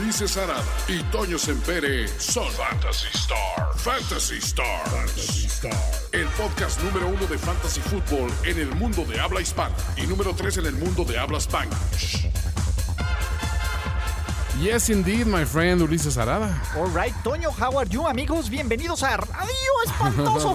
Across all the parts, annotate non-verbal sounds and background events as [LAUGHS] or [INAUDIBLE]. Ulises Arada y Toño Sempere son Fantasy Star. Fantasy Star. El podcast número uno de Fantasy Football en el mundo de habla hispana y número tres en el mundo de habla hispana. Yes, indeed, my friend Ulises Arada. All right, Toño, how are you, amigos? Bienvenidos a Radio Espantoso.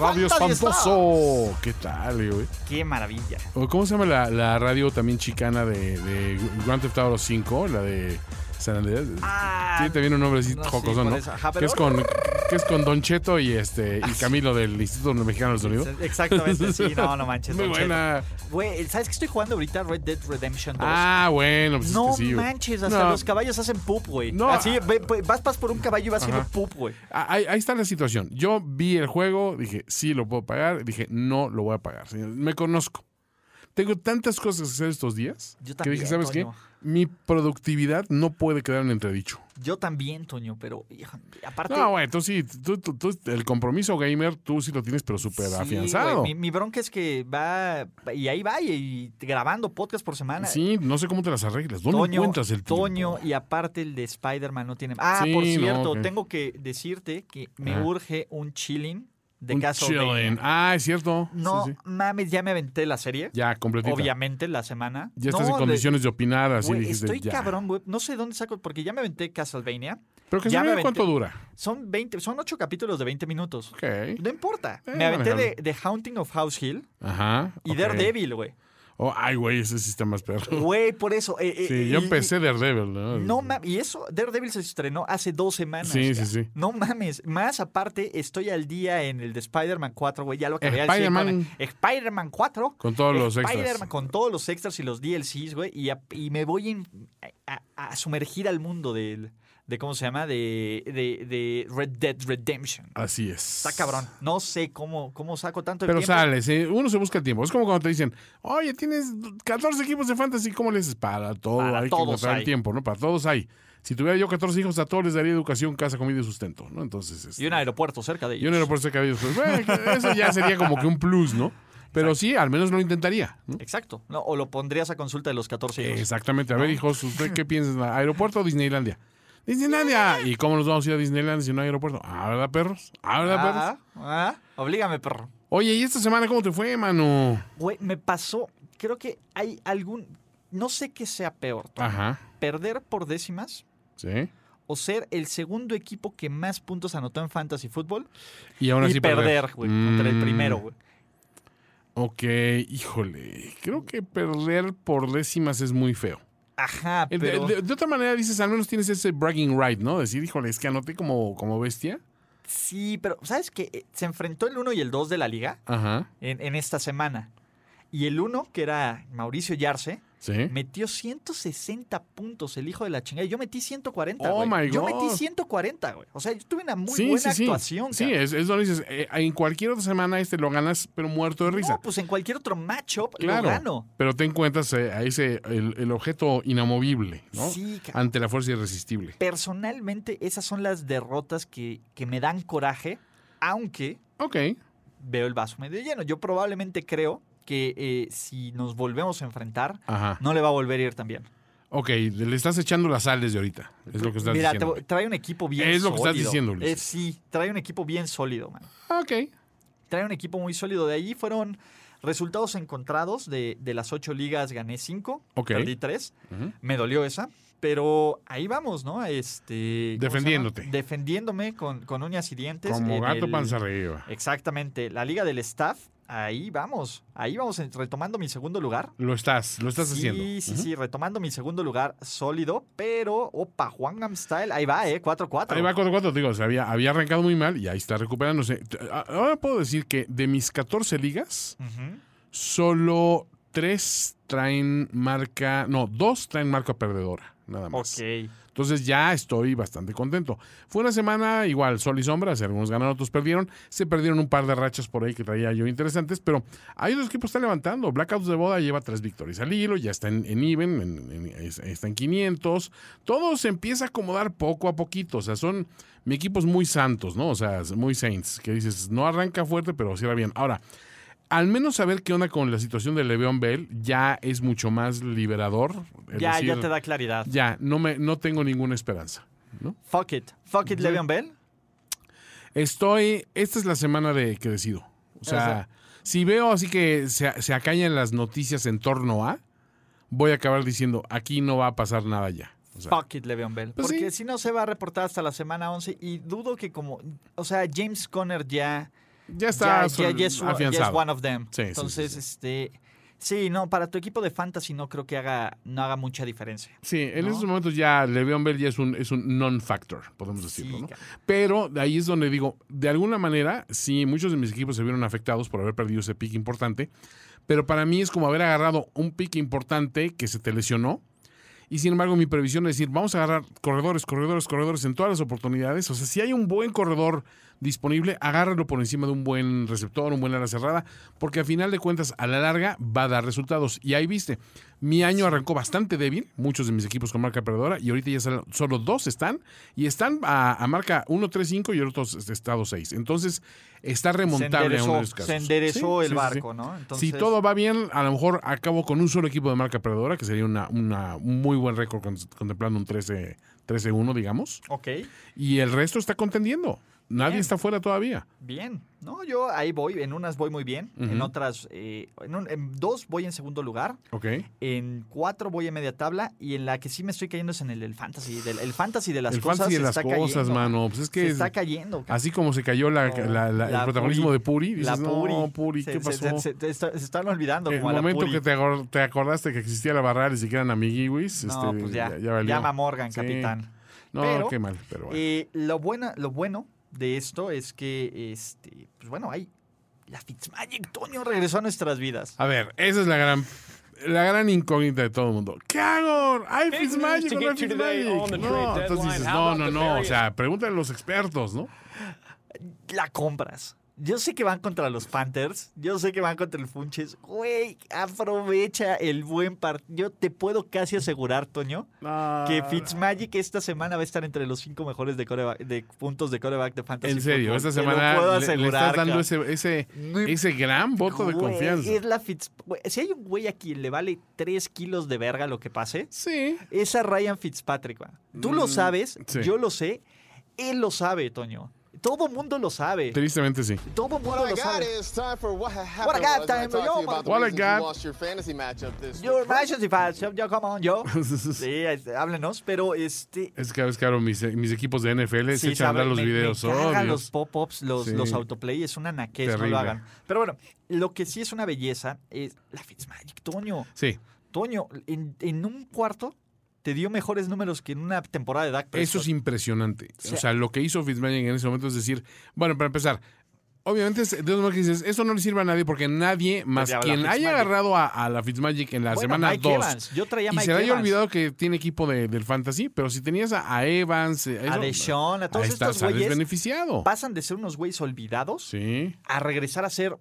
[LAUGHS] Radio Fantasy Espantoso. ¿Qué tal, eh, güey? Star. Qué maravilla. O, ¿Cómo se llama la, la radio también chicana de, de Grand Theft Auto 5? La de San Andrés. Ah, Tiene también un nombre así no, sí, jocoso, por ¿no? esa. Ajá, Que pero- Ah, es con que es con Don Cheto y este y Camilo del Instituto Mexicano del Sonido. Exactamente, sí, no, [LAUGHS] no manches. Muy Don Cheto. buena. Güey, ¿sabes que estoy jugando ahorita Red Dead Redemption 2? Ah, bueno, pues no es que sí, güey. manches, hasta No, los caballos hacen poop, güey. No, Así, ah. ve- ve- vas, vas por un caballo y vas haciendo poop, güey. Ahí, ahí está la situación. Yo vi el juego, dije, sí lo puedo pagar, dije, no lo voy a pagar. señor. Me conozco. Tengo tantas cosas que hacer estos días Yo que dije, también, ¿sabes Toño. qué? Mi productividad no puede quedar en entredicho. Yo también, Toño, pero híjole, aparte... No, güey, tú sí, tú, tú- tú- el compromiso gamer, tú sí lo tienes, pero súper sí, afianzado. güey, mi, mi bronca es que va, y ahí va, y, y grabando podcast por semana. Sí, no sé cómo te las arreglas. ¿Dónde Toño, encuentras el tiempo? Toño y aparte el de Spider-Man no tiene. Ah, Sí, por no, cierto, ok. tengo que decirte que me Ajá. urge un chilling de Un caso. chilling. Ah, es cierto. Sí, No sí. mames, ya me aventé la serie. Ya, completita. obviamente, la semana. Ya estás No, en de- condiciones de, opinar, así güey, dijiste. estoy ya. cabrón, güey. No sé dónde saco, porque ya me aventé Castlevania. Pero que Ya se me vea cuánto aventé. dura. Son 20, son 8 capítulos de 20 minutos. Ok. No importa. Eh, me aventé de, manejable. de Haunting of House Hill Ajá. y ok. [LAUGHS] Daredevil, güey. Oh, ay, güey, ese sí está más perro. Güey, por eso. eh, eh, Sí, yo y- empecé Daredevil, ¿no? No mames, y eso, Daredevil se estrenó hace dos semanas. Sí, ya. sí, sí. No mames, más aparte, estoy al día en el de Spider-Man 4, güey, ya lo acabé al Spider-Man. 100 con- Spider-Man 4. Con todos los Spider-Man extras. con todos los extras y los DLCs, güey, y, a- y me voy en- a, a- a sumergir al mundo del, de, ¿cómo se llama? De, de, de Red Dead Redemption. Así es. Está cabrón. No sé cómo, cómo saco tanto el Pero tiempo. sales, ¿eh? uno se busca el tiempo. Es como cuando te dicen, oye, tienes 14 equipos de fantasy, ¿cómo le dices? Para todo Para hay todos que encontrar el hay. tiempo, ¿no? Para todos hay. Si tuviera yo 14 hijos, a todos les daría educación, casa, comida y sustento, ¿no? Entonces, este, Y un aeropuerto cerca de ellos. y un aeropuerto cerca de ellos, pues, bueno, eso ya sería como que un plus, [LAUGHS] ¿no? Pero sí, al menos lo intentaría, ¿no? Exacto. No, o lo pondrías a consulta de los 14 hijos. Exactamente. A ver, hijos, [LAUGHS] ¿usted qué piensan? ¿Aeropuerto o Disneylandia? ¡Disneylandia! ¿Y cómo nos vamos a ir a Disneylandia si no hay aeropuerto? Ah, ¿verdad, perros? Ah, ¿verdad, perros? Ah, ah, oblígame, perro. Oye, ¿y esta semana cómo te fue, mano? Güey, me pasó. Creo que hay algún. No sé qué sea peor. Toño. Ajá. Perder por décimas Sí. o ser el segundo equipo que más puntos anotó en Fantasy Football Y aún y así perder, güey, contra el Mm, primero, güey. Ok, híjole. Creo que perder por décimas es muy feo. Ajá, El- pero. de, de- de otra manera dices, al menos tienes ese bragging right, ¿no? Decir, híjole, es que anoté como, como bestia. Sí, pero ¿sabes qué? Eh, Se enfrentó el 1 y el 2 de la liga Ajá. en, en esta semana. Y el 1, que era Mauricio Yarse, Sí. metió 160 puntos, el hijo de la chingada. Y Yo metí 140, Oh güey. my Yo God. metí 140, güey. O sea, yo tuve una muy buena actuación, Sí, cabrón. es, es donde dices, eh, en cualquier otra semana este lo ganas, pero muerto de risa. No, pues en cualquier otro matchup Claro. lo gano. Pero te encuentras eh, a ese, el, el objeto inamovible, ¿no? Sí, ca- Ante la fuerza irresistible. personalmente esas son las derrotas que, que me dan coraje, aunque Ok. veo el vaso medio lleno. Yo probablemente creo que eh, si nos volvemos a enfrentar, Ajá. no le va a volver a ir tan bien. Ok, le estás echando las sales de ahorita. Es lo que estás Mira, diciendo. tra- trae un equipo bien Es lo que sólido. estás diciendo, Ulises. Eh, sí, trae un equipo bien sólido, man. Ok. Trae un equipo muy sólido. De ahí fueron resultados encontrados. De, de las ocho ligas gané cinco, Ok. perdí tres. Ujú. Me dolió esa, pero ahí vamos, ¿no? Este, ¿cómo se Defendiéndote. llama? Defendiéndome con, con uñas y dientes. Como en gato el- panza arriba. Exactamente. La liga del staff, ahí vamos. Ahí vamos en- retomando mi segundo lugar. Lo estás, lo estás sí, haciendo. sí, Ujú. sí, retomando mi segundo lugar sólido, pero opa, Juan Gam Style, ahí va, eh, 4-4. Ahí va 4-4, te digo, o sea, había, había arrancado muy mal y ahí está recuperándose. T- a- Ahora puedo decir que de mis 14 ligas, Ujú. solo tres traen marca, no, dos traen marca perdedora, nada más. Ok. Entonces ya estoy bastante contento. Fue una semana igual, sol y sombra, si algunos ganaron, otros perdieron. Se perdieron un par de rachas por ahí que traía yo interesantes, pero hay otros equipos que están levantando. Blackouts de Boda lleva tres victorias al hilo, ya está en, en even, en- en- es- está en 500. Todo se empieza a acomodar poco a poquito. O sea, son mi equipo es muy santos, ¿no? O sea, es muy saints, que dices, no arranca fuerte, pero cierra bien. Ahora, al menos saber qué onda con la situación de Le'Veon Bell ya es mucho más liberador. Es Ya, ya decir, te da claridad. ya, no, me, no tengo ninguna esperanza. ¿no? Fuck it. Fuck it, Le'Veon Bell. Estoy, esta es la semana de que decido. O sea, si veo así que se, se acañan las noticias en torno a, voy a acabar diciendo, aquí no va a pasar nada ya. O sea, Fuck it, Le'Veon Bell. Pues Porque sí. si no se va a reportar hasta la semana 11 y dudo que como... O sea, James Conner ya... ya ya, está ya- ya es, ya es afianzado. one of them. Sí, sí, sí, Entonces, sí. este... Sí, no, para tu equipo de fantasy no creo que haga, no haga mucha diferencia. Sí, en ¿no? estos momentos ya Le'Veon Bell ya es un, es un non-factor, podemos Sí, decirlo, ¿no? cabrón. Pero de ahí es donde digo, de alguna manera, sí, muchos de mis equipos se vieron afectados por haber perdido ese pick importante, pero para mí es como haber agarrado un pick importante que se te lesionó, y sin embargo mi previsión es decir, vamos a agarrar corredores, corredores, corredores en todas las oportunidades, o sea, si hay un buen corredor disponible, agárralo por encima de un buen receptor, un buen ala cerrada, porque a final de cuentas, a la larga, va a dar resultados, y ahí viste, mi año arrancó bastante débil, muchos de mis equipos con marca perdedora, y ahorita ya sal- solo dos están, y están a, a marca 1-3-5 y el otro es- está 2-6, entonces está Se remontable a uno de enderezó, los casos. se Sí, sí, enderezó el sí, sí. barco, ¿no? Entonces, Si todo va bien, a lo mejor acabo con un solo equipo de marca perdedora, que sería una, una- un muy buen récord con- contemplando un 13 13-1, digamos. Ok, Y el resto está contendiendo. Nadie Bien. está fuera todavía. bien. No, yo ahí voy. En unas voy muy bien. En Ujú. otras... eh, en, un- en dos voy en segundo lugar. Ok. En cuatro voy en media tabla. Y en la que sí me estoy cayendo es en el, el fantasy. del- el fantasy de las el cosas fantasy de se las está cosas, cayendo. mano. Pues es se que está es- cayendo. cabrón. así como se cayó la- No, la- la- la el protagonismo Puri. de Puri, dices, la Puri. Puri. no, Puri, Se- ¿qué se- pasó? Se, se- te está- se están olvidando el como a la momento Puri. que te, acor- te acordaste que existía la barra y si que eran amiguiwis, No, este, pues ya. ya, ya valió. Llama a Morgan, Sí. capitán. No, Pero, qué mal, pero bueno. Eh, lo, buena, lo bueno de esto es que, este, pues bueno, hay la Fitzmagic Toño regresó a nuestras vidas. A ver, esa es la gran la gran incógnita de todo el mundo. ¿Qué hago? ¿Hay Big news Fitzmagic to o no hay get you today on Fitzmagic? the No, trade entonces deadline. dices, How no, about no, the no. O various? sea, pregúntale a los expertos, ¿no? La compras. Yo sé que van contra los Panthers. Yo sé que van contra el Funches. Güey, aprovecha el buen partido. Yo te puedo casi asegurar, Toño, Ah. que Fitzmagic esta semana va a estar entre los cinco mejores de, coreback- de puntos de coreback de Fantasy En serio, Football. esta Te lo semana puedo le- le, estás dando asegurar, cabrón. ese, ese, No hay- ese gran voto de Güey, confianza. Es la Fitz- güey, Si hay un güey a quien le vale 3 kilos de verga lo que pase, Sí. es a Ryan Fitzpatrick. va. Tú lo Mm, sabes, sí. yo lo sé, él lo sabe, Toño. Todo mundo lo sabe. Tristemente sí. Todo mundo What I lo got sabe. is time for what happened. What I got was, time and talked for to yo, you about the man. What I reasons got. You lost your fantasy matchup this Your week. Ryan Fitzpatrick, yo, come [LAUGHS] on, yo. Sí, este, háblenos, pero este. Es que a veces, claro, mis, mis equipos de NFL se Sí, echan a sabe, andar los me- me videos. cagan obvio. los pop-ups, los, Sí. los autoplay, es una naquez, no Terrible. lo hagan. Pero bueno, lo que sí es una belleza es la Fitzmagic, Toño. Sí. Toño, en, en un cuarto te dio mejores números que en una temporada de Dak Eso Prescott. es impresionante. Sí. O sea, lo que hizo Fitzmagic en ese momento es decir, bueno, para empezar, obviamente es- de todos modos que dices, eso no le sirve a nadie porque nadie más Peleaba la quien haya Fitzmagic. agarrado a, a la Fitzmagic en la Bueno, semana Mike 2 Evans, Yo traía a y Mike se le haya Evans, olvidado que tiene equipo de- del fantasy, pero si tenías a, a Evans, eh, a eso, Deshaun, a todos ahí está, estos sales güeyes beneficiado. pasan de ser unos güeyes olvidados Sí, a regresar a ser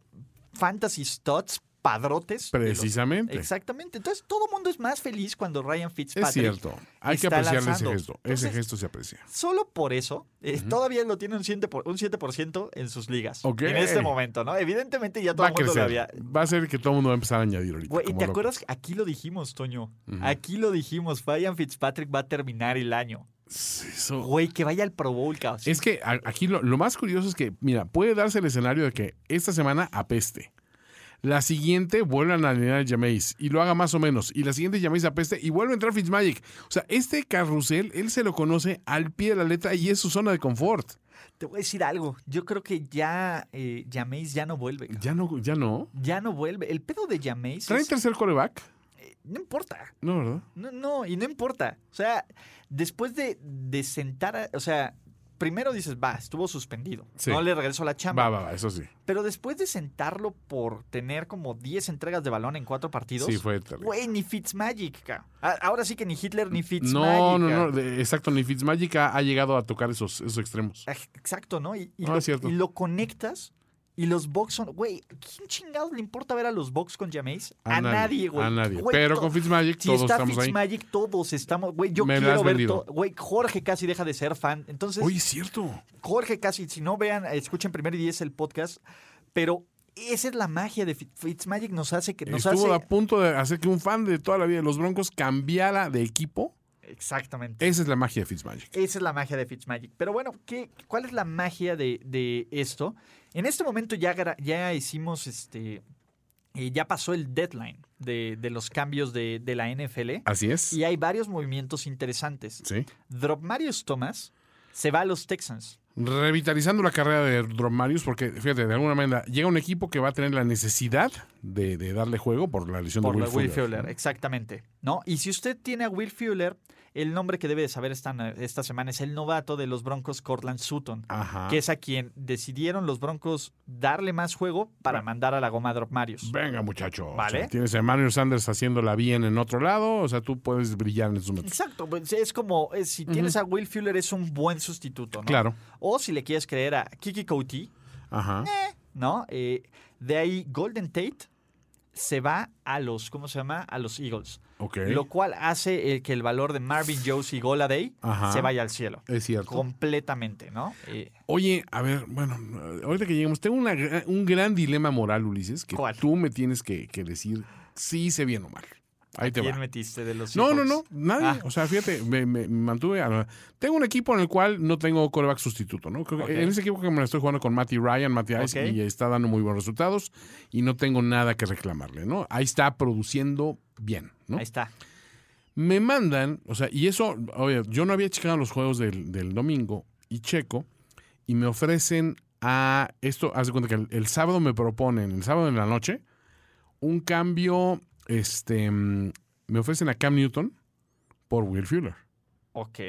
fantasy studs, padrotes. de los- precisamente. Exactamente. Entonces todo el mundo es más feliz cuando Ryan Fitzpatrick. Es cierto, hay que está apreciarle lanzando. ese gesto. Entonces- ese gesto se aprecia. Solo por eso, eh, todavía lo tiene un 7%, por- un 7% en sus ligas. Ok. En este momento, ¿no? Evidentemente ya todo Va a el mundo lo crecer. había, Va a ser que todo el mundo va a empezar a añadir ahorita. Güey, ¿y como ¿te loco. acuerdas? Aquí lo dijimos, Toño. Ujú. Aquí lo dijimos. Ryan Fitzpatrick va a terminar el año. Eso- Güey, que vaya al Pro Bowl, cabrón. Es que a- aquí lo, lo más curioso es que, mira, puede darse el escenario de que esta semana apeste. La siguiente vuelvan a alinear a Jameis y lo haga más o menos. Y la siguiente Jameis apeste y vuelve a entrar Fitzmagic. O sea, este carrusel, él se lo conoce al pie de la letra y es su zona de confort. Te voy a decir algo. Yo creo que ya eh, Jameis ya no vuelve. cabrón. Ya no, ya no. Ya no vuelve. El pedo de Jameis ¿Traen es- tercer coreback? no importa. No, ¿verdad? No, no, y no importa. O sea, después de, de sentar, a- o sea, primero dices, va, estuvo suspendido. Sí. No le regresó la chamba. Va, va, va, eso sí. Pero después de sentarlo por tener como 10 entregas de balón en cuatro partidos. Sí, fue terrible. Güey, ni Fitzmagic, cabrón. A- Ahora sí que ni Hitler ni Fitzmagic. ah. No, no, no, cabrón. de- exacto, ni Fitzmagic ha, ha llegado a tocar esos, esos extremos. Aj, Exacto, ¿no? Y, y No, lo, es cierto. y lo conectas y los Bucks son. Güey, ¿quién chingados le importa ver a los Bucks con Jameis? A, nadie, güey. A nadie. Güey, Pero to- con Fitzmagic Si todos está estamos ahí. Fitzmagic, todos estamos. Güey, yo Me la quiero has ver. vendido. to- Güey, Jorge casi deja de ser fan. Entonces, Oye, es cierto. Jorge casi, si no vean, escuchen primero y diez el podcast. Pero esa es la magia de Fit- Fitzmagic, nos hace que. Nos Estuvo a hace, punto de hacer que un fan de toda la vida de los Broncos cambiara de equipo. Exactamente. Esa es la magia de Fitzmagic. Esa es la magia de Fitzmagic. Pero bueno, ¿qué, ¿cuál es la magia de, de esto? En este momento ya, gra- ya hicimos este. eh, ya pasó el deadline de, de los cambios de, de la NFL. Así es. Y hay varios movimientos interesantes. Sí. Drop Marius Thomas se va a los Texans. Revitalizando la carrera de Dromarius, porque fíjate, de alguna manera llega un equipo que va a tener la necesidad de, de darle juego por la lesión Por de lo Will, de Will Fuller. Fuller, exactamente. ¿no? Y si usted tiene a Will Fuller, el nombre que debe de saber esta, esta semana es el novato de los Broncos, Cortland Sutton. Ajá. que es a quien decidieron los Broncos darle más juego para mandar a la goma a Drop Marius. Venga, muchacho. Vale. O sea, tienes a Emmanuel Sanders haciéndola bien en otro lado. O sea, tú puedes brillar en esos momentos. Exacto, pues, es como es- si tienes a Will Fuller es un buen sustituto, ¿no? Claro. O si le quieres creer a Kiki Couty, Ajá. ¿no? Eh, de ahí Golden Tate se va a los, ¿cómo se llama? A los Eagles, Ok. lo cual hace eh, que el valor de Marvin Jones y Goladay Ajá. se vaya al cielo. Es cierto. Completamente, ¿no? Eh, Oye, a ver, bueno, ahorita que lleguemos, tengo una gra- un gran dilema moral, Ulises, que ¿Cuál? tú me tienes que, que decir si hice bien o mal. Ahí te va. ¿Quién metiste de los No, no, Seahawks? no, nadie. Ah. O sea, fíjate, me, me- me mantuve. a la- Tengo un equipo en el cual no tengo coreback sustituto, ¿no? Creo que Ok. En ese equipo que me la estoy jugando con Matty Ryan, Matty Ice, Ok. y está dando muy buenos resultados y no tengo nada que reclamarle, ¿no? Ahí está produciendo bien, ¿no? Ahí está. me mandan, o sea, y eso, oye, yo no había checado los juegos del, del domingo y checo, y me ofrecen a esto, haz de cuenta que el, el sábado me proponen, el sábado en la noche, un cambio, este, mm, me ofrecen a Cam Newton por Will Fuller. Ok.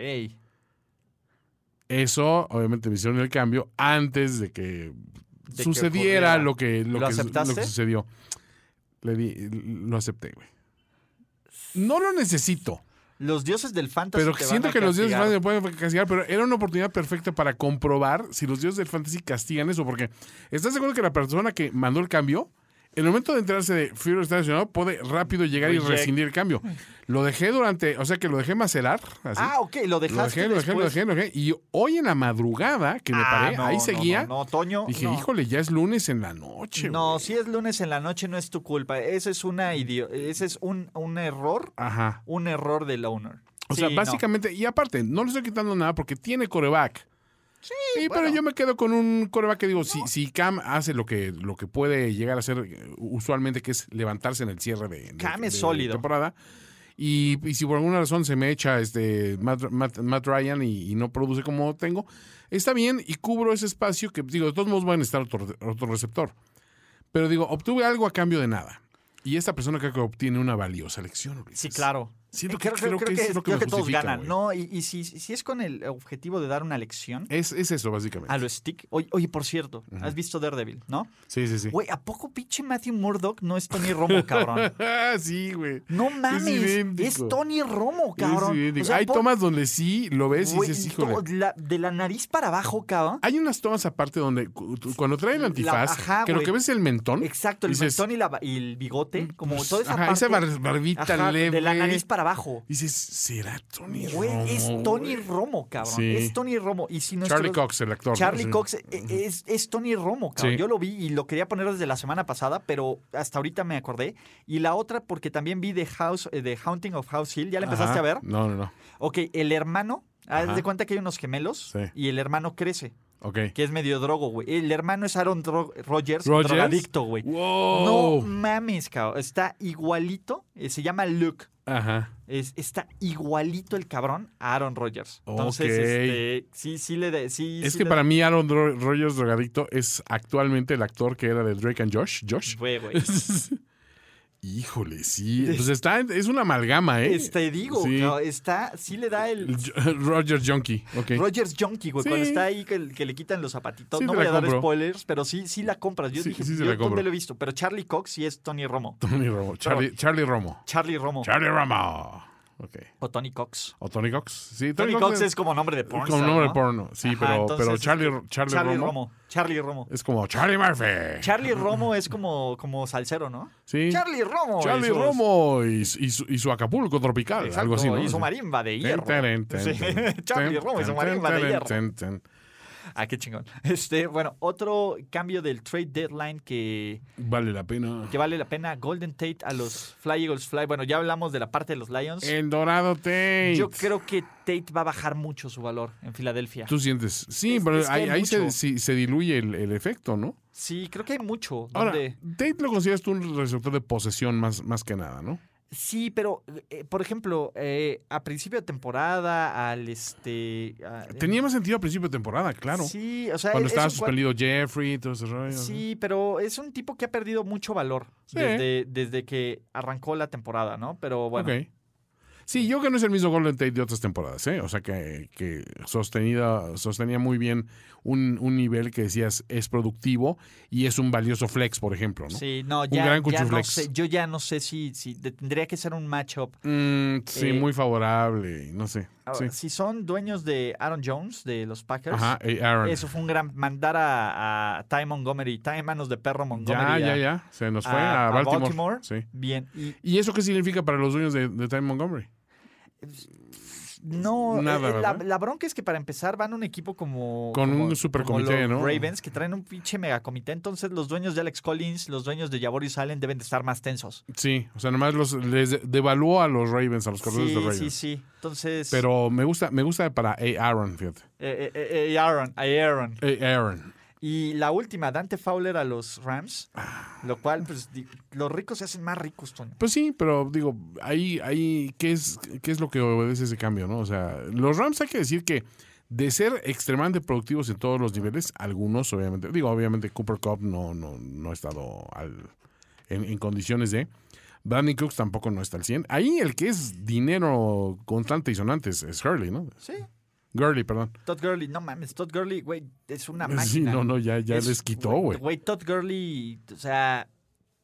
Eso, obviamente, me hicieron el cambio antes de que que sucediera ocurriera. lo que, lo, ¿Lo que, lo aceptaste? que sucedió. Le di, lo acepté, güey. No lo necesito. Los dioses del fantasy. Pero te van siento a que los dioses del castigar. fantasy me pueden castigar, pero era una oportunidad perfecta para comprobar si los dioses del fantasy castigan eso, porque ¿estás seguro que la persona que mandó el cambio, en el momento de enterarse de Fury está lesionado, puede rápido llegar y Reject. rescindir el cambio? Lo dejé durante, o sea que lo dejé macerar, así. Ah, ok, lo lo dejaste. dejé, lo dejé, lo después. dejé, lo dejé, y hoy en la madrugada que me Ah, paré, no, ahí no, seguía, No, no, Toño. dije, no. híjole, ya es lunes en la noche. No, güey". si es lunes en la noche no es tu culpa. Ese es una idio- ese es un, un error, Ajá. un error del owner. O Sí, sea, no. básicamente, y aparte, no le estoy quitando nada porque tiene coreback. Sí, pero bueno. yo me quedo con un coreback que digo, si, si Cam hace lo que, lo que puede llegar a hacer eh, usualmente, que es levantarse en el cierre de, de- Cam es de sólido. temporada, y, y si por alguna razón se me echa este Matt, Matt- Matt Ryan y, y no produce como tengo, está bien y cubro ese espacio que, digo, de todos modos va a necesitar otro, otro receptor. Pero digo, obtuve algo a cambio de nada. Y esta persona creo que obtiene una valiosa lección. Ulises. Sí, claro. Siento Eh, que- creo que es lo que creo me todos justifica, ganan. güey. No, y, y si, si es con el objetivo de dar una lección Es, es eso, básicamente. a lo stick. Oye, oye, por cierto, has visto Daredevil, ¿no? Sí, sí, sí. Güey, ¿a poco pinche Matthew Murdock no es Tony [LAUGHS] Romo, cabrón? Ah, [LAUGHS] sí, güey. No mames, idéntico. es, Tony Romo, Es cabrón. idéntico. O sea, Hay pon- tomas donde sí lo ves y Güey, dices, híjole. to- la- de la nariz para abajo, cabrón. Hay unas tomas aparte donde cu- tú- cuando trae el La- antifaz, ajá, que lo güey. que ves es el mentón. Exacto, el dices, Mm, pues, mentón y, la ba- y el bigote, como toda esa ajá, parte. esa bar- barbita ajá, leve. De la nariz para abajo. Dices, ¿será Tony Güey, Romo? es Tony güey? Romo, cabrón. Sí. Es Tony Romo. Y si nuestro- Charlie Cox, el actor. ¿no? Charlie Sí. Cox e- e- es, es Tony Romo, cabrón. Sí. Yo lo vi y lo quería poner desde la semana pasada, pero hasta ahorita me acordé. Y la otra, porque también vi The House, eh, The Haunting of House Hill. ¿Ya la empezaste Ajá. a ver? No, no, no. Ok, el hermano, haz Ajá. de cuenta que hay unos gemelos Sí. y el hermano crece, Ok. que es medio drogo, güey. El hermano es Aaron Dro- Rodgers, ¿Rodgers? drogadicto, güey. Wow. No mames, cabrón. Está igualito. eh, se llama Luke. Ajá. Es- está igualito el cabrón a Aaron Rodgers. Entonces, Ok. este, sí, sí le de- sí, Es sí que le- para mí Aaron Dro- Rodgers Drogadicto es actualmente el actor que era de Drake and Josh. Josh. Güey, güey. [LAUGHS] Híjole, sí. Pues está, es una amalgama, ¿eh? Es- Te digo, Sí. cabrón, está, sí le da el [LAUGHS] Roger Junkie, ok. Rogers Junkie, güey, Sí. cuando está ahí que, el- que le quitan los zapatitos. Sí, no te voy la a dar compro. spoilers, pero sí, sí la compras. Yo Sí, dije, sí se yo la compro. dónde lo he visto, pero Charlie Cox sí es Tony Romo. Tony Romo. Charlie, Charlie Romo. Charlie Romo Charlie Romo. Ok. o Tony Cox. O Tony Cox. Sí, Tony, Cox es como nombre de como porno. nombre de porno. Sí, Ajá, pero, entonces, pero este, Charlie, Charlie, Charlie Romo, Romo. Charlie Romo. es como Charlie Murphy. Charlie Romo es como, como salsero, ¿no? sí. Charlie Romo. Charlie y sus- Romo y, su- y su, y su Acapulco tropical, Exacto, algo así, ¿no? Y su marimba de hierro. Ten, ten, Sí, ten, ten, [LAUGHS] Charlie ten, Romo y su ten, marimba de ten, hierro. ten, ten. Ah, qué chingón. Este, bueno, otro cambio del trade deadline que, Vale la pena. que vale la pena. Golden Tate a los Fly Eagles Fly. Bueno, ya hablamos de la parte de los Lions. El Dorado Tate. Yo creo que Tate va a bajar mucho su valor en Filadelfia. Tú sientes. Sí, Es- pero es que ahí, hay ahí se, mucho. sí, se diluye el, el efecto, ¿no? Sí, creo que hay mucho. Ahora, donde- Tate lo consideras tú un receptor de posesión más, más que nada, ¿no? Sí, pero, eh, por ejemplo, eh, a principio de temporada, al este... a- Tenía más sentido a principio de temporada, claro. Sí, o sea, Cuando es- estaba es un cua- suspendido Jeffrey y todo ese rollo. ¿no? Sí, pero es un tipo que ha perdido mucho valor Sí. desde, desde que arrancó la temporada, ¿no? Pero bueno, Ok. Sí, yo creo que no es el mismo Golden Tate de otras temporadas, ¿eh? O sea, que, que sostenida, sostenía muy bien un, un nivel que decías es productivo y es un valioso flex, por ejemplo, ¿no? sí, no, ya, gran ya no cuchuflex. sé, yo ya no sé si, si de- tendría que ser un matchup. Mm, sí, Eh, muy favorable, y no sé. Sí. Ahora, Si son dueños de Aaron Jones, de los Packers, Ajá, eh, Aaron. eso fue un gran mandar a, a Ty Montgomery, Ty Manos de Perro Ya, Montgomery. ya, a- ya. Se nos a- fue a, Ah, a Baltimore. Baltimore. Sí. Bien, y ¿Y eso qué significa para los dueños de, de Time Montgomery? no, Nada, eh, la, ¿verdad? la bronca es que para empezar van un equipo como... Con como- un supercomité, como los ¿no? Ravens, que traen un pinche megacomité, entonces los dueños de Alex Collins, los dueños de Javoris Allen deben de estar más tensos. Sí, o sea, nomás los, les devaluó a los Ravens, a los corredores sí, de Ravens. sí, sí. Entonces. Pero me gusta, me gusta para A. Aaron, fíjate. eh, eh, eh, Aaron, eh, Aaron. A. Aaron. Y la última, Dante Fowler a los Rams. Ah. Lo cual, pues, di- los ricos se hacen más ricos, Toño. Pues sí, pero digo, ahí, ahí, ¿qué es, qué es lo que obedece ese cambio, no? O sea, los Rams hay que decir que de ser extremadamente productivos en todos los niveles, algunos, obviamente, digo, obviamente Cooper Cup no, no, no ha estado al, en, en condiciones de. Brandon Cooks tampoco no está al 100. Ahí el que es dinero constante y sonante es, es Hurley, ¿no? Sí. Gurley, perdón. [LAUGHS] Todd Gurley, no mames, Todd Gurley, güey, es una máquina. Sí, no, no, ya, ya Es- les quitó, güey. Güey, Todd Gurley, o sea,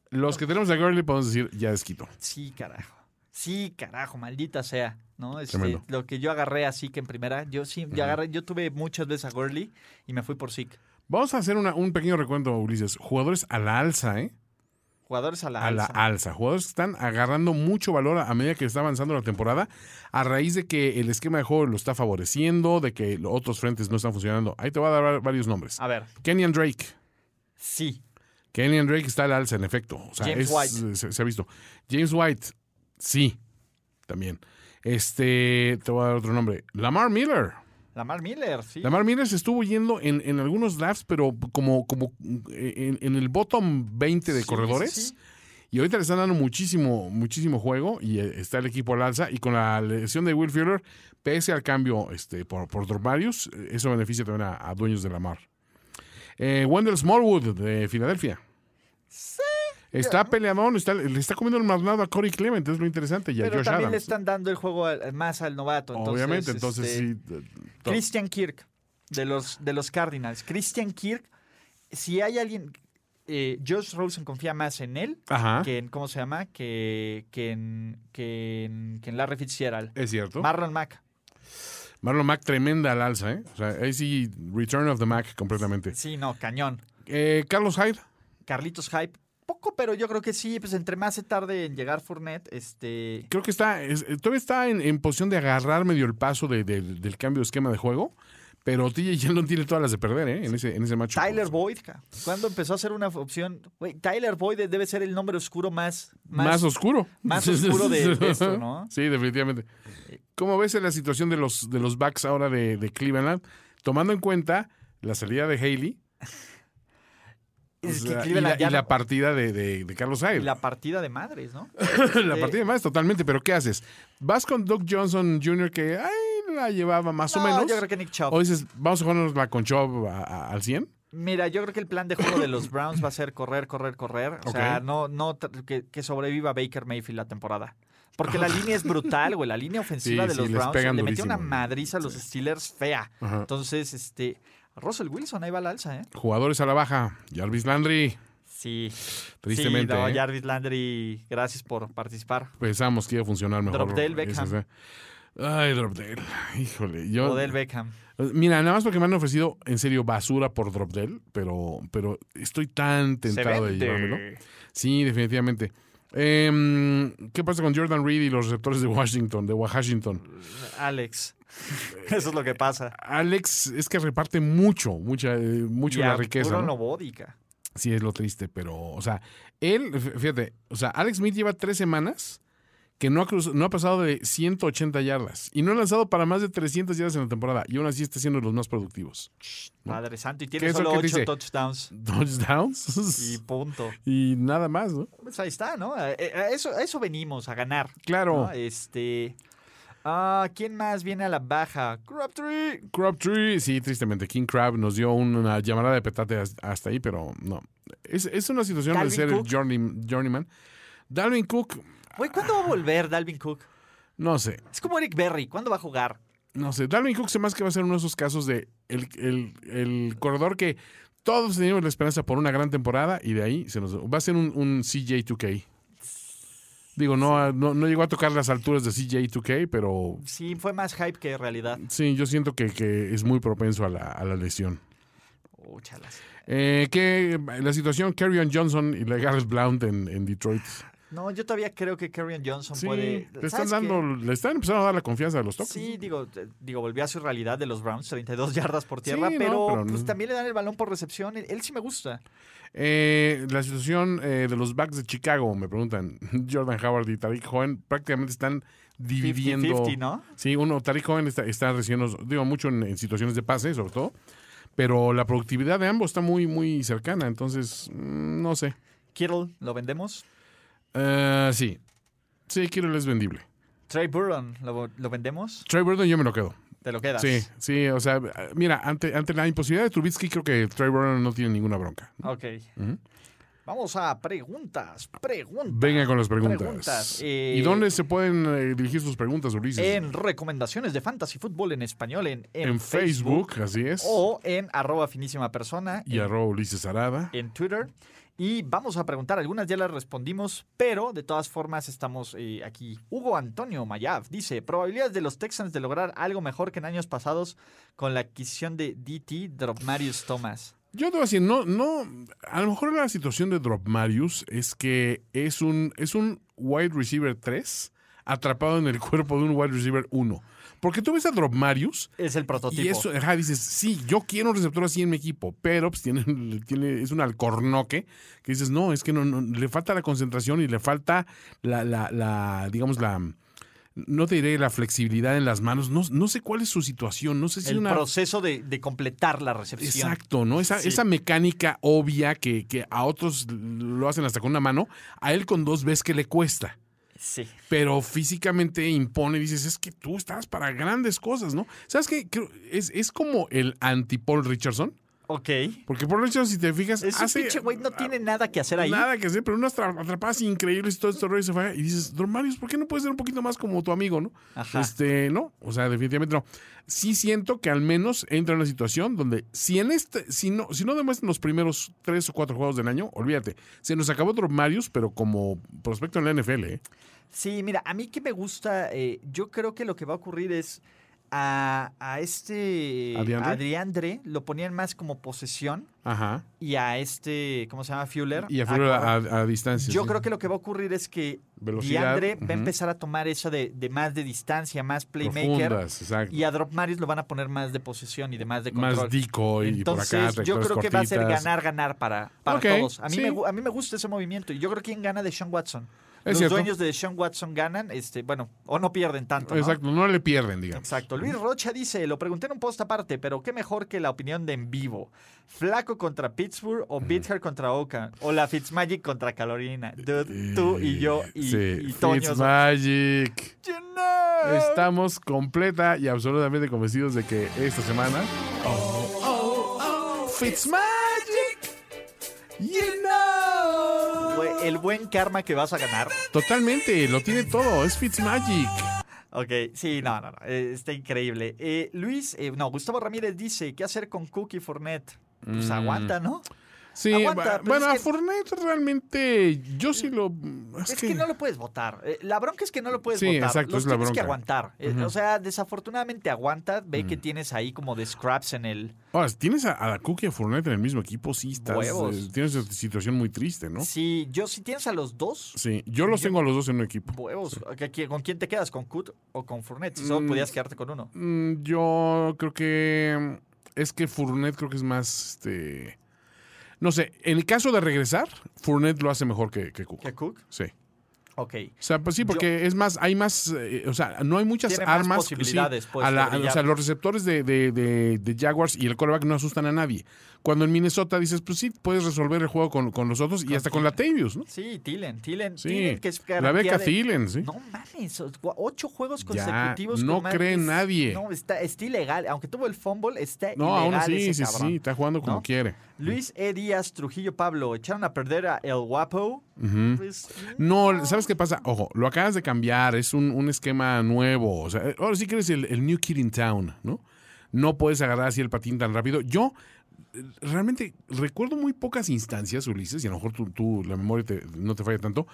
Los que tenemos a Gurley podemos decir, ya les quitó. sí, carajo. Sí, carajo, maldita sea, ¿no? Este, Tremendo. lo que yo agarré así que en primera, yo sí, yo agarré, yo tuve muchas veces a Gurley y me fui por Zeke. Vamos a hacer una- un pequeño recuento, Ulises. Jugadores a la alza, ¿eh? Jugadores a la a la alza. alza. Jugadores que están agarrando mucho valor a a medida que está avanzando la temporada, a raíz de que el esquema de juego lo está favoreciendo, de que lo- otros frentes no están funcionando. Ahí te voy a dar var- varios nombres. A ver, Kenyan Drake. sí, Kenyan Drake está a la alza, en efecto. O sea, es- James eh, White. Se, se ha visto. James White, sí, también. Este, te voy a dar otro nombre. Lamar Miller. Lamar Miller, sí. Lamar Miller se estuvo yendo en, en algunos drafts, pero como, como eh, en, en el bottom 20 de Sí, corredores. sí, sí. Y ahorita le están dando muchísimo, muchísimo juego y eh, está el equipo al alza. Y con la lesión de Will Fuller, pese al cambio este, por, por Dormarius, eh, eso beneficia también a, a dueños de la mar. Eh, Wendell Smallwood de Filadelfia. Está peleadón, está- le está comiendo el mandado a Corey Clement, es lo interesante. Y a Pero Josh también le Adams. están dando el juego al- más al novato. Entonces, Obviamente, entonces este, sí. eh, to- Christian Kirk, de los, de los Cardinals. Christian Kirk, si hay alguien. eh, Josh Rosen confía más en él Ajá, que en. ¿Cómo se llama? Que, que, en, que, en, que en Larry Fitzgerald. es cierto. Marlon Mack. Marlon Mack, tremenda al alza, ¿eh? O sea, ahí sí, Return of the Mack completamente. Sí, no, cañón. Eh, Carlos Hyde, Carlitos Hype. Poco, pero yo creo que sí. Pues entre más se tarde en llegar Fournette, este. creo que está, es- eh, todavía está en, en posición de agarrar medio el paso de- del- del cambio de esquema de juego, pero TJ Yeldon tiene todas las de perder, ¿eh? En ese, en ese match. Tyler Boyd, ca- cuando empezó a ser una opción, Güey, Tyler Boyd debe ser el nombre oscuro más, Más, más, oscuro. más oscuro de- de esto, ¿no? [LAUGHS] Sí, definitivamente. ¿Cómo ves la situación de los, de los backs ahora de, de Cleveland? Tomando en cuenta la salida de Haley Es o que sea, y, Cleveland la, ya y la no- partida de, de- de Carlos Hyde. y la partida de madres, ¿no? [LAUGHS] La Eh, partida de más, totalmente, pero ¿qué haces? ¿Vas con Doc Johnson Jr. que ay, la llevaba más o No, menos? Yo creo que Nick Chubb. ¿O dices, vamos a jugarnos la con Chubb a- a- al 100? Mira, yo creo que el plan de juego [COUGHS] de los Browns va a ser correr, correr, correr. O sea, Ok. no, no tr- que, que sobreviva Baker Mayfield la temporada. Porque [LAUGHS] la línea es brutal, güey. La línea ofensiva Sí, de sí, los les Browns pegan le metió durísimo, una güey. madriza a los Steelers fea. Ajá. Entonces, este. Russell Wilson, ahí va la alza, ¿eh? Jugadores a la baja. Jarvis Landry, Sí. tristemente. Sí, no, ¿eh? Jarvis Landry, gracias por participar. Pensamos que iba a funcionar mejor. Dropdale Beckham. Esas, ¿eh? Ay, Dropdale. Híjole. Yo, Odell Beckham. Mira, nada más porque me han ofrecido, en serio, basura por Dropdale, pero, pero estoy tan tentado de vende. llevármelo. Sí, definitivamente. Em, ¿Qué pasa con Jordan Reed y los receptores de Washington, de Washington? Alex. [LAUGHS] Eso es lo que pasa. Alex es que reparte mucho, mucha, eh, mucho Y la a riqueza. Puro ¿no? Nobodica. Sí, es lo triste, pero, o sea, él, f- fíjate, o sea, Alex Smith lleva tres semanas que no ha, cruz- no ha pasado de 180 yardas y no ha lanzado para más de 300 yardas en la temporada y aún así está siendo de los más productivos. [LAUGHS] Padre santo. Y ¿Qué tiene es lo solo que ocho dice? touchdowns. Y Touchdowns punto. y, nada más, ¿no? Pues ahí está, ¿no? A, a eso, a eso venimos, a ganar. Claro, ¿no? Este. ah, ¿Quién más viene a la baja? Crabtree. Crabtree, sí, tristemente, King Crab nos dio una llamarada de petate has- hasta ahí, pero no. Es, es una situación de Dalvin ser el Cook. journey- journeyman. Dalvin Cook, Güey, ¿cuándo va a volver Dalvin Cook? no sé. Es como Eric Berry, ¿cuándo va a jugar? no sé, Dalvin Cook se más que va a ser uno de esos casos de el, el- el corredor que todos teníamos la esperanza por una gran temporada y de ahí se nos va a ser un, un CJ2K. Digo, no, ah, no, no llegó a tocar las alturas de CJ2K, pero Sí, fue más hype que realidad. sí, yo siento que, que es muy propenso a la, a la lesión. Oh, chalas. Eh, que la situación Carrion Johnson y la Garrett Blount en, en Detroit. No, yo todavía creo que Kerryon Johnson Sí, puede. le están Pues, ¿sabes dando, qué? le están empezando a dar la confianza a los toques. Sí, digo, eh, digo, volvió a su realidad de los Browns, 32 yardas por tierra, Sí, no, pero, pero pues no. también le dan el balón por recepción. Él, él sí me gusta. Eh, la situación eh, de los backs de Chicago, me preguntan. [LAUGHS] Jordan Howard y Tariq Cohen prácticamente están dividiendo. 50-50, ¿no? Sí, uno, Tariq Cohen está, está recibiendo, digo, mucho en, en situaciones de pase, sobre todo. Pero la productividad de ambos está muy, muy cercana. Entonces, mm, no sé. Kittle, lo vendemos. Eh, sí. Sí, Kittle es vendible. Trey Burton, lo, lo vendemos. Trey Burton yo me lo quedo. Te lo quedas. Sí, sí, o sea, mira, ante, ante la imposibilidad de Trubisky, creo que Trey Burton no tiene ninguna bronca. Ok. Vamos a preguntas, preguntas. Venga con las preguntas. Preguntas, eh, ¿Y dónde se pueden eh, dirigir sus preguntas, Ulises? En recomendaciones de fantasy fútbol en español, en, en, en Facebook, así es. o en arroba finísima persona, y arroba Ulises Arada. en Twitter. Y vamos a preguntar, algunas ya las respondimos, pero de todas formas estamos eh, aquí. Hugo Antonio Mayav dice, probabilidades de los Texans de lograr algo mejor que en años pasados con la adquisición de DT Drop Marius Thomas. Yo te voy a decir, no, no, a lo mejor la situación de Drop Marius es que es un, es un wide receiver 3 atrapado en el [LAUGHS] cuerpo de un wide receiver 1. Porque tú ves a Drop Marius Es el prototipo. y eso, ajá, dices, sí, yo quiero un receptor así en mi equipo, pero pues tiene, tiene, es un alcornoque que dices, no, es que no, no, le falta la concentración y le falta la, la, la, digamos, la, no te diré la flexibilidad en las manos, no, no sé cuál es su situación, no sé si el una... proceso de, de completar la recepción. Exacto, ¿no? Esa, Sí. esa mecánica obvia que, que a otros lo hacen hasta con una mano, a él con dos ves que le cuesta. Sí. Pero físicamente impone, dices, es que tú estás para grandes cosas, ¿no? ¿Sabes qué? Creo- es, es como el anti-Paul Richardson. Ok. Porque Paul Richardson, si te fijas, Ese hace pinche güey no tiene nada que hacer ahí. ah, nada que hacer, pero unas tra- atrapadas increíbles y todo esto, rollo, y se falla. Y dices, Don Marius, ¿por qué no puedes ser un poquito más como tu amigo, no? Ajá. Este, no, o sea, definitivamente no. Sí siento que al menos entra en una situación donde si en este, si no, si no demuestran los primeros tres o cuatro juegos del año, olvídate. Se nos acabó Don Marius, pero como prospecto en la NFL, ¿eh? Sí, mira, a mí que me gusta, eh, yo creo que lo que va a ocurrir es a, a este ¿Adiandre? Adriandre lo ponían más como posesión Ajá. y a este, ¿cómo se llama? Fuller. Y a, Fuller a, a- a distancia. Yo sí. creo que lo que va a ocurrir es que Velocidad, Diandre va ujú. a empezar a tomar eso de, de más de distancia, más playmaker. Profundas, exacto. Y a Drop Marius lo van a poner más de posesión y de más de control. Más decoy y por Entonces, acá. yo creo que va a ser trayectorias cortitas. ganar, ganar para, para Ok, todos. A mí, sí. me, gu- a mí me gusta ese movimiento. Y yo creo que quien gana de Sean Watson. Es Los cierto. dueños de Sean Watson ganan, este, bueno, o no pierden tanto. ¿no? Exacto, no le pierden, digamos. Exacto. Luis Rocha dice, lo pregunté en un post aparte, pero qué mejor que la opinión de en vivo. Flaco contra Pittsburgh Mm. o Bither contra Oka o la Fitzmagic contra Carolina. Dude, tú y yo y, sí, Este, y Toño. Ah. Fitzmagic. You know. Estamos completa y absolutamente convencidos de que esta semana. Oh, oh, oh, Fitzmagic. Güey, El buen karma que vas a ganar. Totalmente, lo tiene todo. Es Fitzmagic. Ok, sí, no, no, no. eh, está increíble. Eh, Luis, eh, no, Gustavo Ramírez dice: ¿Qué hacer con Cookie Fornet? Mm. Pues aguanta, ¿no? Sí, Aguanta, ba- pero bueno, es a que- Fournette realmente yo sí lo... Es, Es que no lo puedes votar. Eh, La bronca es que no lo puedes Sí, votar. exacto, Los es la tienes que bronca. Mm. aguantar. Eh, O sea, desafortunadamente aguanta. Ve que tienes ahí como de scraps en el. Ahora, si Ah, tienes a, a la Cookie y a Fournette en el mismo equipo, sí estás... Huevos. eh, tienes una situación muy triste, ¿no? Sí, yo, si tienes a los dos Sí, yo los tengo a los dos en un equipo. huevos, ¿a qué- ¿con quién te quedas? ¿Con Kut o con Fournette? Si solo podías quedarte con uno. Mm, Yo creo que. Es que Fournette creo que es más. Este, no sé, en el caso de regresar, Fournette lo hace mejor que, que Cook. ¿Que Cook? Sí. Ok. O sea, pues sí, porque es más, hay más, eh, o sea, no hay muchas Tiene más armas. posibilidades, sí, pues, a la- de brillar. o sea, los receptores de, de- de- de Jaguars y el coreback no asustan a nadie. Cuando en Minnesota dices, pues sí, puedes resolver el juego con, con los otros y hasta con la Tavius, ¿no? Sí, Tilen, Tilen. Sí, Thielen, que es la garantía beca de- Thielen, sí. No mames, o- gua- ocho juegos Ya, consecutivos. no con más- cree es- nadie. No, está, está ilegal. Aunque tuvo el fumble, está No, aún ilegal así, ese sí, cabrón. sí, está jugando como ¿no? quiere. Luis E. Díaz, Trujillo, Pablo, echaron a perder a El Guapo. Ujú. Pues, No, ¿sabes qué pasa? Ojo, lo acabas de cambiar, es un, un esquema nuevo. O sea, eh, ahora sí que eres el, el New Kid in Town, ¿no? No puedes agarrar así el patín tan rápido. Yo eh, realmente recuerdo muy pocas instancias, Ulises, y a lo mejor tú, tú, la memoria te- no te falla tanto,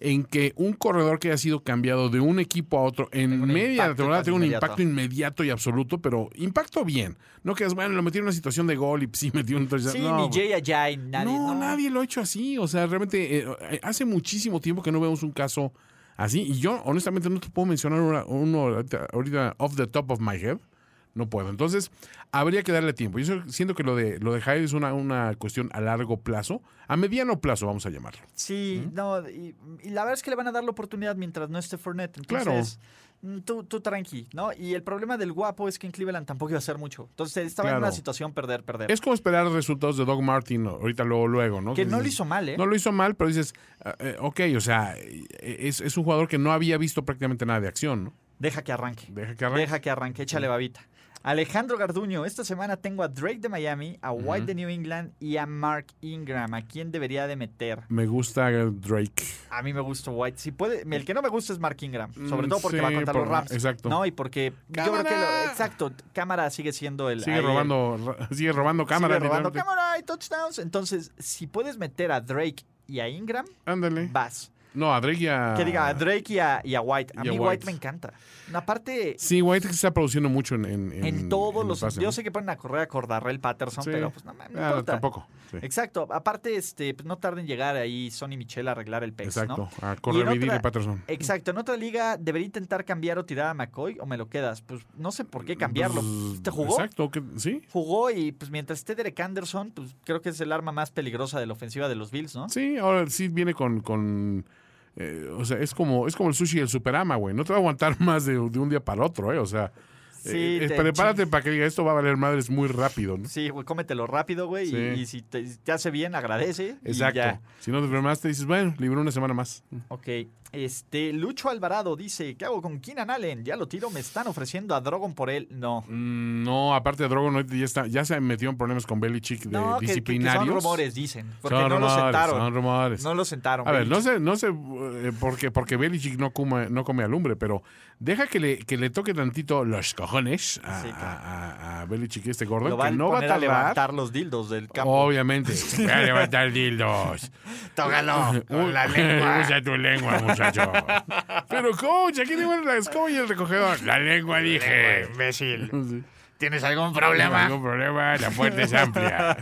en que un corredor que haya sido cambiado de un equipo a otro en Tenga un media impacto temporada casi tenga un inmediato. impacto inmediato y absoluto, pero impacto bien. No que es, bueno, lo metieron en una situación de gol y sí [LAUGHS] metió un touchdown. sí, No, pues, ni güey. Jay Ajay, nadie. No, nadie lo ha hecho así. O sea, realmente eh, eh, hace muchísimo tiempo que no vemos un caso así. Y yo, honestamente, no te puedo mencionar una- uno ahorita- ahorita off the top of my head. No puedo. Entonces, habría que darle tiempo. Yo so- siento que lo de lo de Hyde es una, una cuestión a largo plazo, a mediano plazo, vamos a llamarlo. Sí, no, y, y la verdad es que le van a dar la oportunidad mientras no esté Fournette. Claro. Entonces, mm, tú, tú tranqui, ¿no? Y el problema del guapo es que en Cleveland tampoco iba a hacer mucho. Entonces, estaba en Claro. una situación perder, perder. Es como esperar resultados de Doc Martin ahorita luego, luego, ¿no? que no lo dices, hizo mal, ¿eh? No lo hizo mal, pero dices, ah, eh, ok, o sea, eh, es, es un jugador que no había visto prácticamente nada de acción, ¿no? Deja que arranque. Deja que arranque. Deja que arranque, échale babita. Alejandro Garduño, esta semana tengo a Drake de Miami, a White de New England y a Mark Ingram. ¿A quién debería de meter? Me gusta eh, Drake. A mí me gusta White. Si puede, el que no me gusta es Mark Ingram, sobre Mm, todo porque sí, va contra los por- Rams. exacto. No, y porque yo creo que lo, ¡Cámara! exacto, cámara sigue siendo el ahí Sigue el- robando, ra- [LAUGHS] sigue robando sigue cámara. robando literalmente. cámara y touchdowns. Entonces, si puedes meter a Drake y a Ingram, Ándale. vas. No, a Drake ya. Que diga a Drake y a, y a White. A Ah. Y mí a White. White. me encanta. Aparte, Sí, White se está produciendo mucho en. En, en, todos en los. pase, yo ¿no? sé que ponen a correr a Cordarrell Patterson, Sí. pero pues no, me no Ah, importa. tampoco. Sí. Exacto. Aparte, este, pues, no tarden en llegar ahí Sonny Michel a arreglar el pez, Exacto. ¿no? A Y en correr otra- Vidal y Patterson. Exacto, en otra liga debería intentar cambiar o tirar a McCoy o me lo quedas. Pues no sé por qué cambiarlo. Pues, ¿Te jugó? Exacto. que- sí. Jugó y pues mientras esté Derek Anderson, pues creo que es el arma más peligrosa de la ofensiva de los Bills, ¿no? Sí, ahora sí viene con. con eh, o sea, es como, es como el sushi y el superama, güey. No te va a aguantar [LAUGHS] más de, de un día para otro, ¿eh? O sea, eh, eh, te- prepárate para que diga esto va a valer madres muy rápido, ¿no? Sí, güey, cómetelo rápido, güey. y- Sí. Y, si te, te hace bien, agradece. y Exacto. ya. Si no te preparaste, dices, bueno, libró una semana más. Ok. Este, Lucho Alvarado dice: ¿Qué hago con Keenan Allen? Ya lo tiro, me están ofreciendo a Drogon por él. No. Mm, No, aparte de Drogon, ahorita ya, está, ya se metió en problemas con Belichick de no, que- que- que disciplinarios. son rumores, dicen. Porque Son no rumores, lo sentaron. Son rumores. No lo sentaron. a ver, no Belichick. sé, no sé eh, por qué, porque Belichick no come, no come alumbre, pero deja que le, que le toque tantito los cojones a, Sí, claro. a- a- a Belichick este gordo, Lo van que no va a poner a tardar. levantar los dildos del campo. Obviamente, voy a levantar dildos. [LAUGHS] [LAUGHS] Tócalo con la lengua. Usa tu lengua, muchacho. Pero, coach, aquí tengo la escoba y el recogedor. La lengua, dije. imbécil. [LAUGHS] Sí. ¿Tienes algún No hay problema? ningún problema, la puerta es amplia.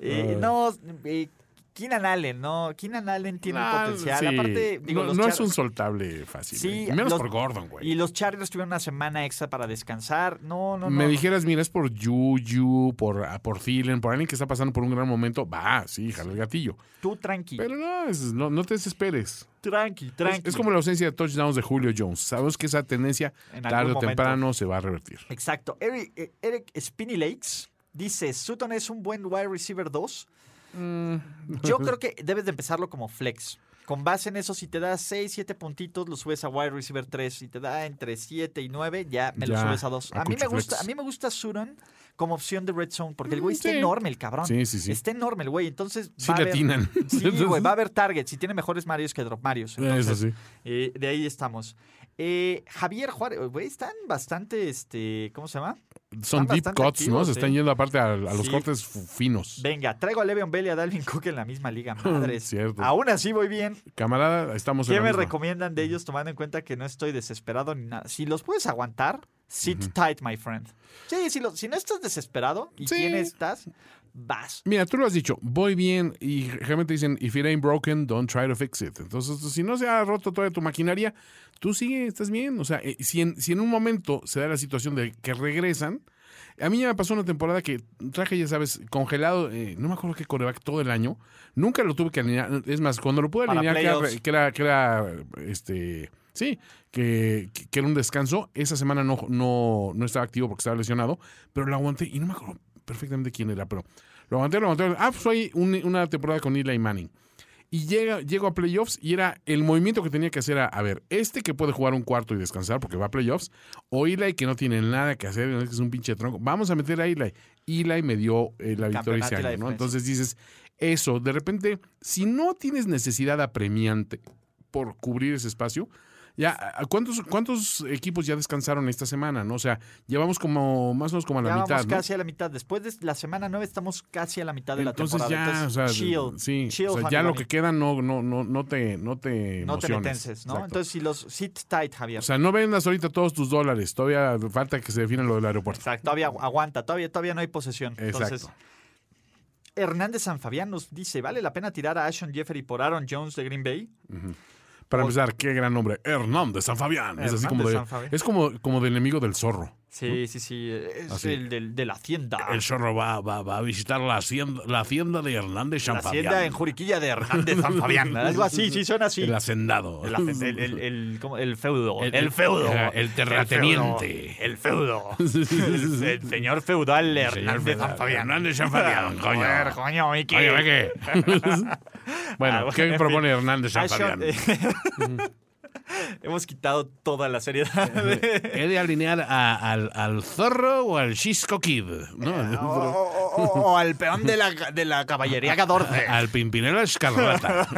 Eh, no, eh, Keenan Allen, no. Keenan Allen [LAUGHS] tiene un Ah, potencial. sí. Aparte, digo, no, los no es Chargers- un soltable fácil. Sí, eh. Menos los- por Gordon, Y güey. los Chargers tuvieron una semana extra para descansar. No, no, no. Me no. dijeras, mira, es por Juju, por, ah, por Thielen, por alguien que está pasando por un gran momento. Va, sí, jala el gatillo. Tú tranqui. Pero no, es- no, no te desesperes. tranqui, Es, tranqui. es como la ausencia de touchdowns de Julio Jones. Sabes que esa tendencia En algún tarde o momento. temprano se va a revertir. Exacto. Eric, eh, Eric Spinny Lakes dice: Sutton Mm. [LAUGHS] es un buen wide receiver 2. Yo creo que debes de empezarlo como flex. Con base en eso, si te da 6, 7 puntitos, lo subes a wide receiver 3. Si te da entre 7 y 9, ya me lo Ya, Ah, subes a 2. a A, mí me cuchuflex. gusta, a mí me gusta Suron como opción de red zone, porque el güey Mm, está sí. enorme, el cabrón. Sí, sí, sí. Está enorme el güey, entonces Sí le atinan. Sí, [LAUGHS] güey, va a haber targets y tiene mejores Marios que Drop Marios. Eso Entonces, sí. eh, de ahí estamos. Eh, Javier Juárez, güey, están bastante, este, ¿cómo se llama? Son deep cuts, bastante ¿no? activos, Se sí. están yendo aparte a, a los Sí. cortes fu- finos. Venga, traigo a Le'Veon Bell y a Dalvin Cook en la [LAUGHS] misma liga, madres. Cierto. Aún así voy bien. Camarada, estamos ¿Qué en me la misma. recomiendan de ellos tomando en cuenta que no estoy desesperado ni nada? Si los puedes aguantar, sit tight, my friend. Sí, si, lo- si no estás desesperado y Sí. tienes estás, vas. Mira, tú lo has dicho, voy bien y realmente dicen, if it ain't broken, don't try to fix it. Entonces, pues, si no se ha roto toda tu maquinaria, tú sigue, estás bien. O sea, eh, si en, si en un momento se da la situación de que regresan, a mí ya me pasó una temporada que traje, ya sabes, congelado, eh, no me acuerdo qué coreback todo el año, nunca lo tuve que alinear. Es más, cuando lo pude Para alinear, que era, playoffs. que era, que era, este, sí, que, que- que era un descanso, esa semana no, no, no estaba activo porque estaba lesionado, pero lo aguanté y no me acuerdo perfectamente quién era, pero lo aguanté, lo aguanté. Ah, pues fue un- una temporada con Eli Manning. Y llega, llego a playoffs y era el movimiento que tenía que hacer. A, a ver, este que puede jugar un cuarto y descansar porque va a playoffs, o Eli que no tiene nada que hacer, es que es un pinche tronco. Vamos a meter a Eli. Eli me dio eh, la victoria Campeonato ese y la año, ¿no? defensa. Entonces dices, eso, de repente, si no tienes necesidad apremiante por cubrir ese espacio, ya, ¿a- ¿cuántos, cuántos equipos ya descansaron esta semana, no? O sea, llevamos como, más o menos como a la ya mitad, vamos ¿no? casi a la mitad. Después de la semana 9 estamos casi a la mitad de Entonces la ya, temporada. o sea, chill. sí, chill, o sea, honey ya lo bunny. que queda no, no, no, no te, no te No te emociones. metenses, ¿no? Exacto. Entonces, si los sit tight, Javier. o sea, no vendas ahorita todos tus dólares. Todavía falta que se defina lo del aeropuerto. Exacto, todavía agu- aguanta, todavía, todavía no hay posesión. Entonces, Exacto. Hernández San Fabián nos dice: ¿Vale la pena tirar a Ashon Jeffrey por Aaron Jones de Green Bay? Para o- empezar, qué gran nombre. Hernández San Fabián. es así Hernández como de, San Fabián. es como, como del enemigo del zorro. Sí, sí, sí. Es Uh. Así. el del- de la hacienda. El zorro va, va, va a visitar la hacienda, la hacienda de Hernández San la hacienda en Fabián. Juriquilla de Hernández San Fabián. Algo así, sí, suena así. El hacendado. El, hace- [LAUGHS] el- el- el- ¿cómo? El feudo. El- El, el- feudo. ajá, el terrateniente. El feudo. [LAUGHS] Sí, sí, sí, El, sí. el señor feudal El señor Hernández Fedal- San Fabián. Hernández San [LAUGHS] Fabián, coño. Joder, coño, Miki. Oye, ve [LAUGHS] que- Ah, bueno, bueno, en ¿qué fin. propone Hernández San Ashon, Fabián? eh, [LAUGHS] Hemos quitado toda la seriedad. [LAUGHS] de- ¿He de alinear a- al, al zorro o al Cisco Kid? o, ¿No? o- o- o oh, al peón de la, de la caballería Gadorce. [LAUGHS] Al Pimpinela Escarlata.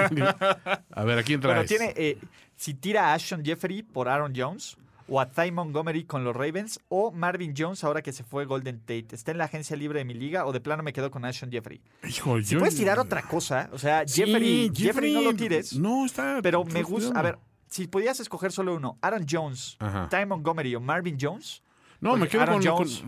A ver, ¿a quién Bueno, traes? tiene, eh, si tira a Ashon Jeffrey por Aaron Jones, o a Ty Montgomery con los Ravens, o Marvin Jones ahora que se fue Golden Tate. Está en la agencia libre de mi liga, o de plano me quedo con Ashon Jeffrey. Hijo, Si yo- puedes tirar otra cosa, o sea, Sí, Jeffrey, Jeffrey no lo tires, No, está. pero está me gusta. A tirando. ver, si podías escoger solo uno, Aaron Jones, Ajá. Ty Montgomery o Marvin Jones. No, me porque quedo Aaron con, Jones-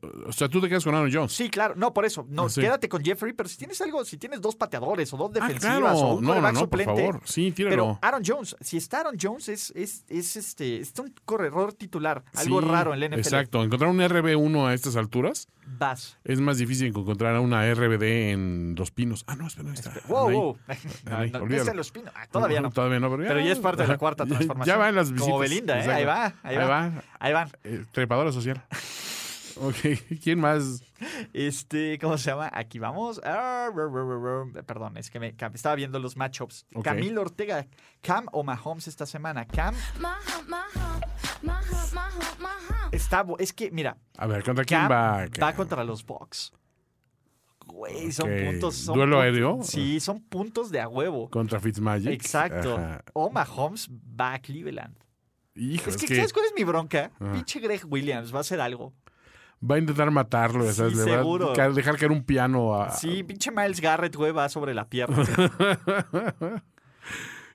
con- O sea, tú te quedas con Aaron Jones. Sí, claro, no, por eso. No, Ah, Sí. Ah, quédate con Jeffrey, pero si tienes algo, si tienes dos pateadores o dos defensivas o un No, no, quarterback no, por suplente, favor. Sí, tíralo. Pero Aaron Jones, si está Aaron Jones, es, es, es este, es un corredor titular. Algo Sí, raro en la NFL. Exacto. Ah, Encontrar un RB1 a estas alturas Vas. es más difícil que encontrar a una RBD en Los Pinos. Ah, no, ah, espera, ahí está. Wow, Ahí. wow. [LAUGHS] No, Ahí, no, olvídalo. está en los pinos. Ah, todavía no. Todavía no, pero ya. Pero ya es [LAUGHS] parte de la cuarta transformación. Ya van las visitas. Como Belinda, ¿eh? exacto. Ahí va, ahí va. Ahí van. Eh, trepadora social. [LAUGHS] ok, ¿quién más? Este, ¿cómo se llama? Aquí vamos. Ah, ru, ru, ru, ru. Perdón, es que me cam- estaba viendo los matchups. Ok. Camilo Ortega, Cam o Mahomes esta semana. Cam My hump, my hump, my hump, my hump, my hump. está. bu- Es que, mira, A ver, ¿contra quién Cam va? va contra los Bucks. Güey, son Ok. puntos. son ¿Duelo puntos- aéreo? Sí, son puntos de a huevo. Contra Fitzmagic. Exacto. Ajá. O Mahomes va a Cleveland. Hijo, Es que, ¿sabes cuál es mi bronca? Ah. Pinche Greg Williams va a hacer algo. va a intentar matarlo, ya Sí, sabes, le va seguro. a ca- dejar caer un piano a... Sí, pinche Miles Garrett, güey, va sobre la pierna. [LAUGHS]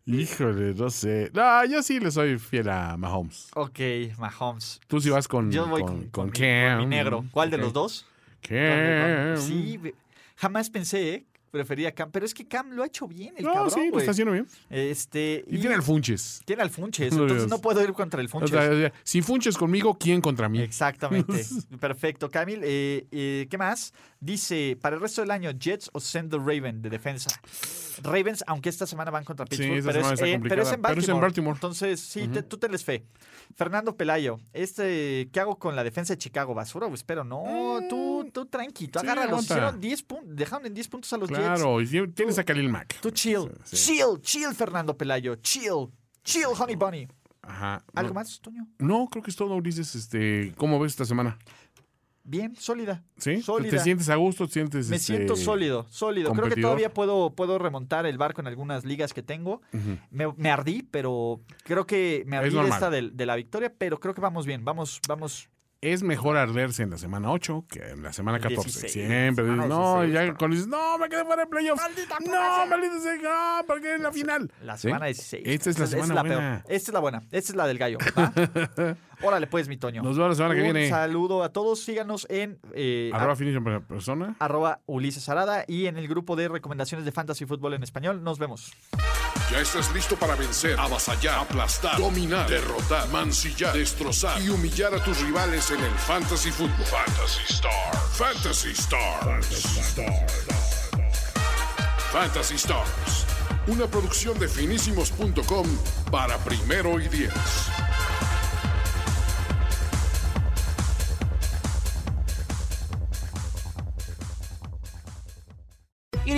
Híjole, no sé. No, yo sí le soy fiel a Mahomes. ok, Mahomes. Tú sí vas con, Yo voy con, Mm, con, con mi- Cam. con mi negro. ¿Cuál de Ok. los dos? Cam. Sí, ve- jamás pensé, ¿eh? Prefería a Cam, pero es que Cam lo ha hecho bien, el no, cabrón, sí, lo güey. está haciendo bien. Este, Y, tiene al Funches. tiene al Funches, No, entonces Dios. no puedo ir contra el O Funches. sea, o sea, si Funches conmigo, ¿quién contra mí? [LAUGHS] Exactamente. Perfecto, Camil. eh, eh, ¿Qué más? Dice, para el resto del año, Jets o Send the Raven de defensa. Ravens, aunque esta semana van contra Pittsburgh, esta pero, semana es, está eh, pero es en complicada, Baltimore. pero es en Baltimore. Entonces, sí, te- tú te les fe. Fernando Pelayo, este, ¿qué hago con la defensa de Chicago? ¿Basura o espero? No, tú, tú tranqui, tú Mm, Sí, agárralos. aguanta. Hicieron 10 puntos, dejaron en 10 puntos a los Claro, y tien- tienes a Khalil Mack. Tú chill. Sí, sí. Chill, chill, Fernando Pelayo. Chill. Chill, Honey Bunny. Ajá. ¿Algo no, más, Toño? No, creo que es todo, Ulises. Este, ¿Cómo ves esta semana? Bien, sólida. ¿Sí? Sólida. ¿Te sientes a gusto? ¿Te sientes, Me este, siento sólido, sólido. Creo que competidor? todavía puedo, puedo remontar el barco en algunas ligas que tengo. Ujú. Me, me ardí, pero creo que me ardí de normal. esta del- de, la victoria, pero creo que vamos bien. Vamos, vamos. Es mejor arderse en la semana 8 que en la semana 14. 16, Siempre. semana dices, no, 16, ya pero- cuando dices, no, me quedé fuera de playoffs. no, maldita sea, no, porque es la final. La ¿Sí? semana 16. Esta es la semana buena. Esta es la buena. Esta es la del gallo. [LAUGHS] ¿va? Órale, pues, mi Toño. Nos vemos la semana que Un viene. saludo a todos. Síganos en eh, Arroba finish en persona. arroba Ulises Arada y en el grupo de recomendaciones de Fantasy Fútbol en Español. Nos vemos. Ya estás listo para vencer, avasallar, aplastar, dominar, derrotar, mancillar, destrozar y humillar a tus rivales en el Fantasy Football. Fantasy Star. Fantasy Stars. Fantasy Stars. Una producción de finísimos.com para primero y diez. It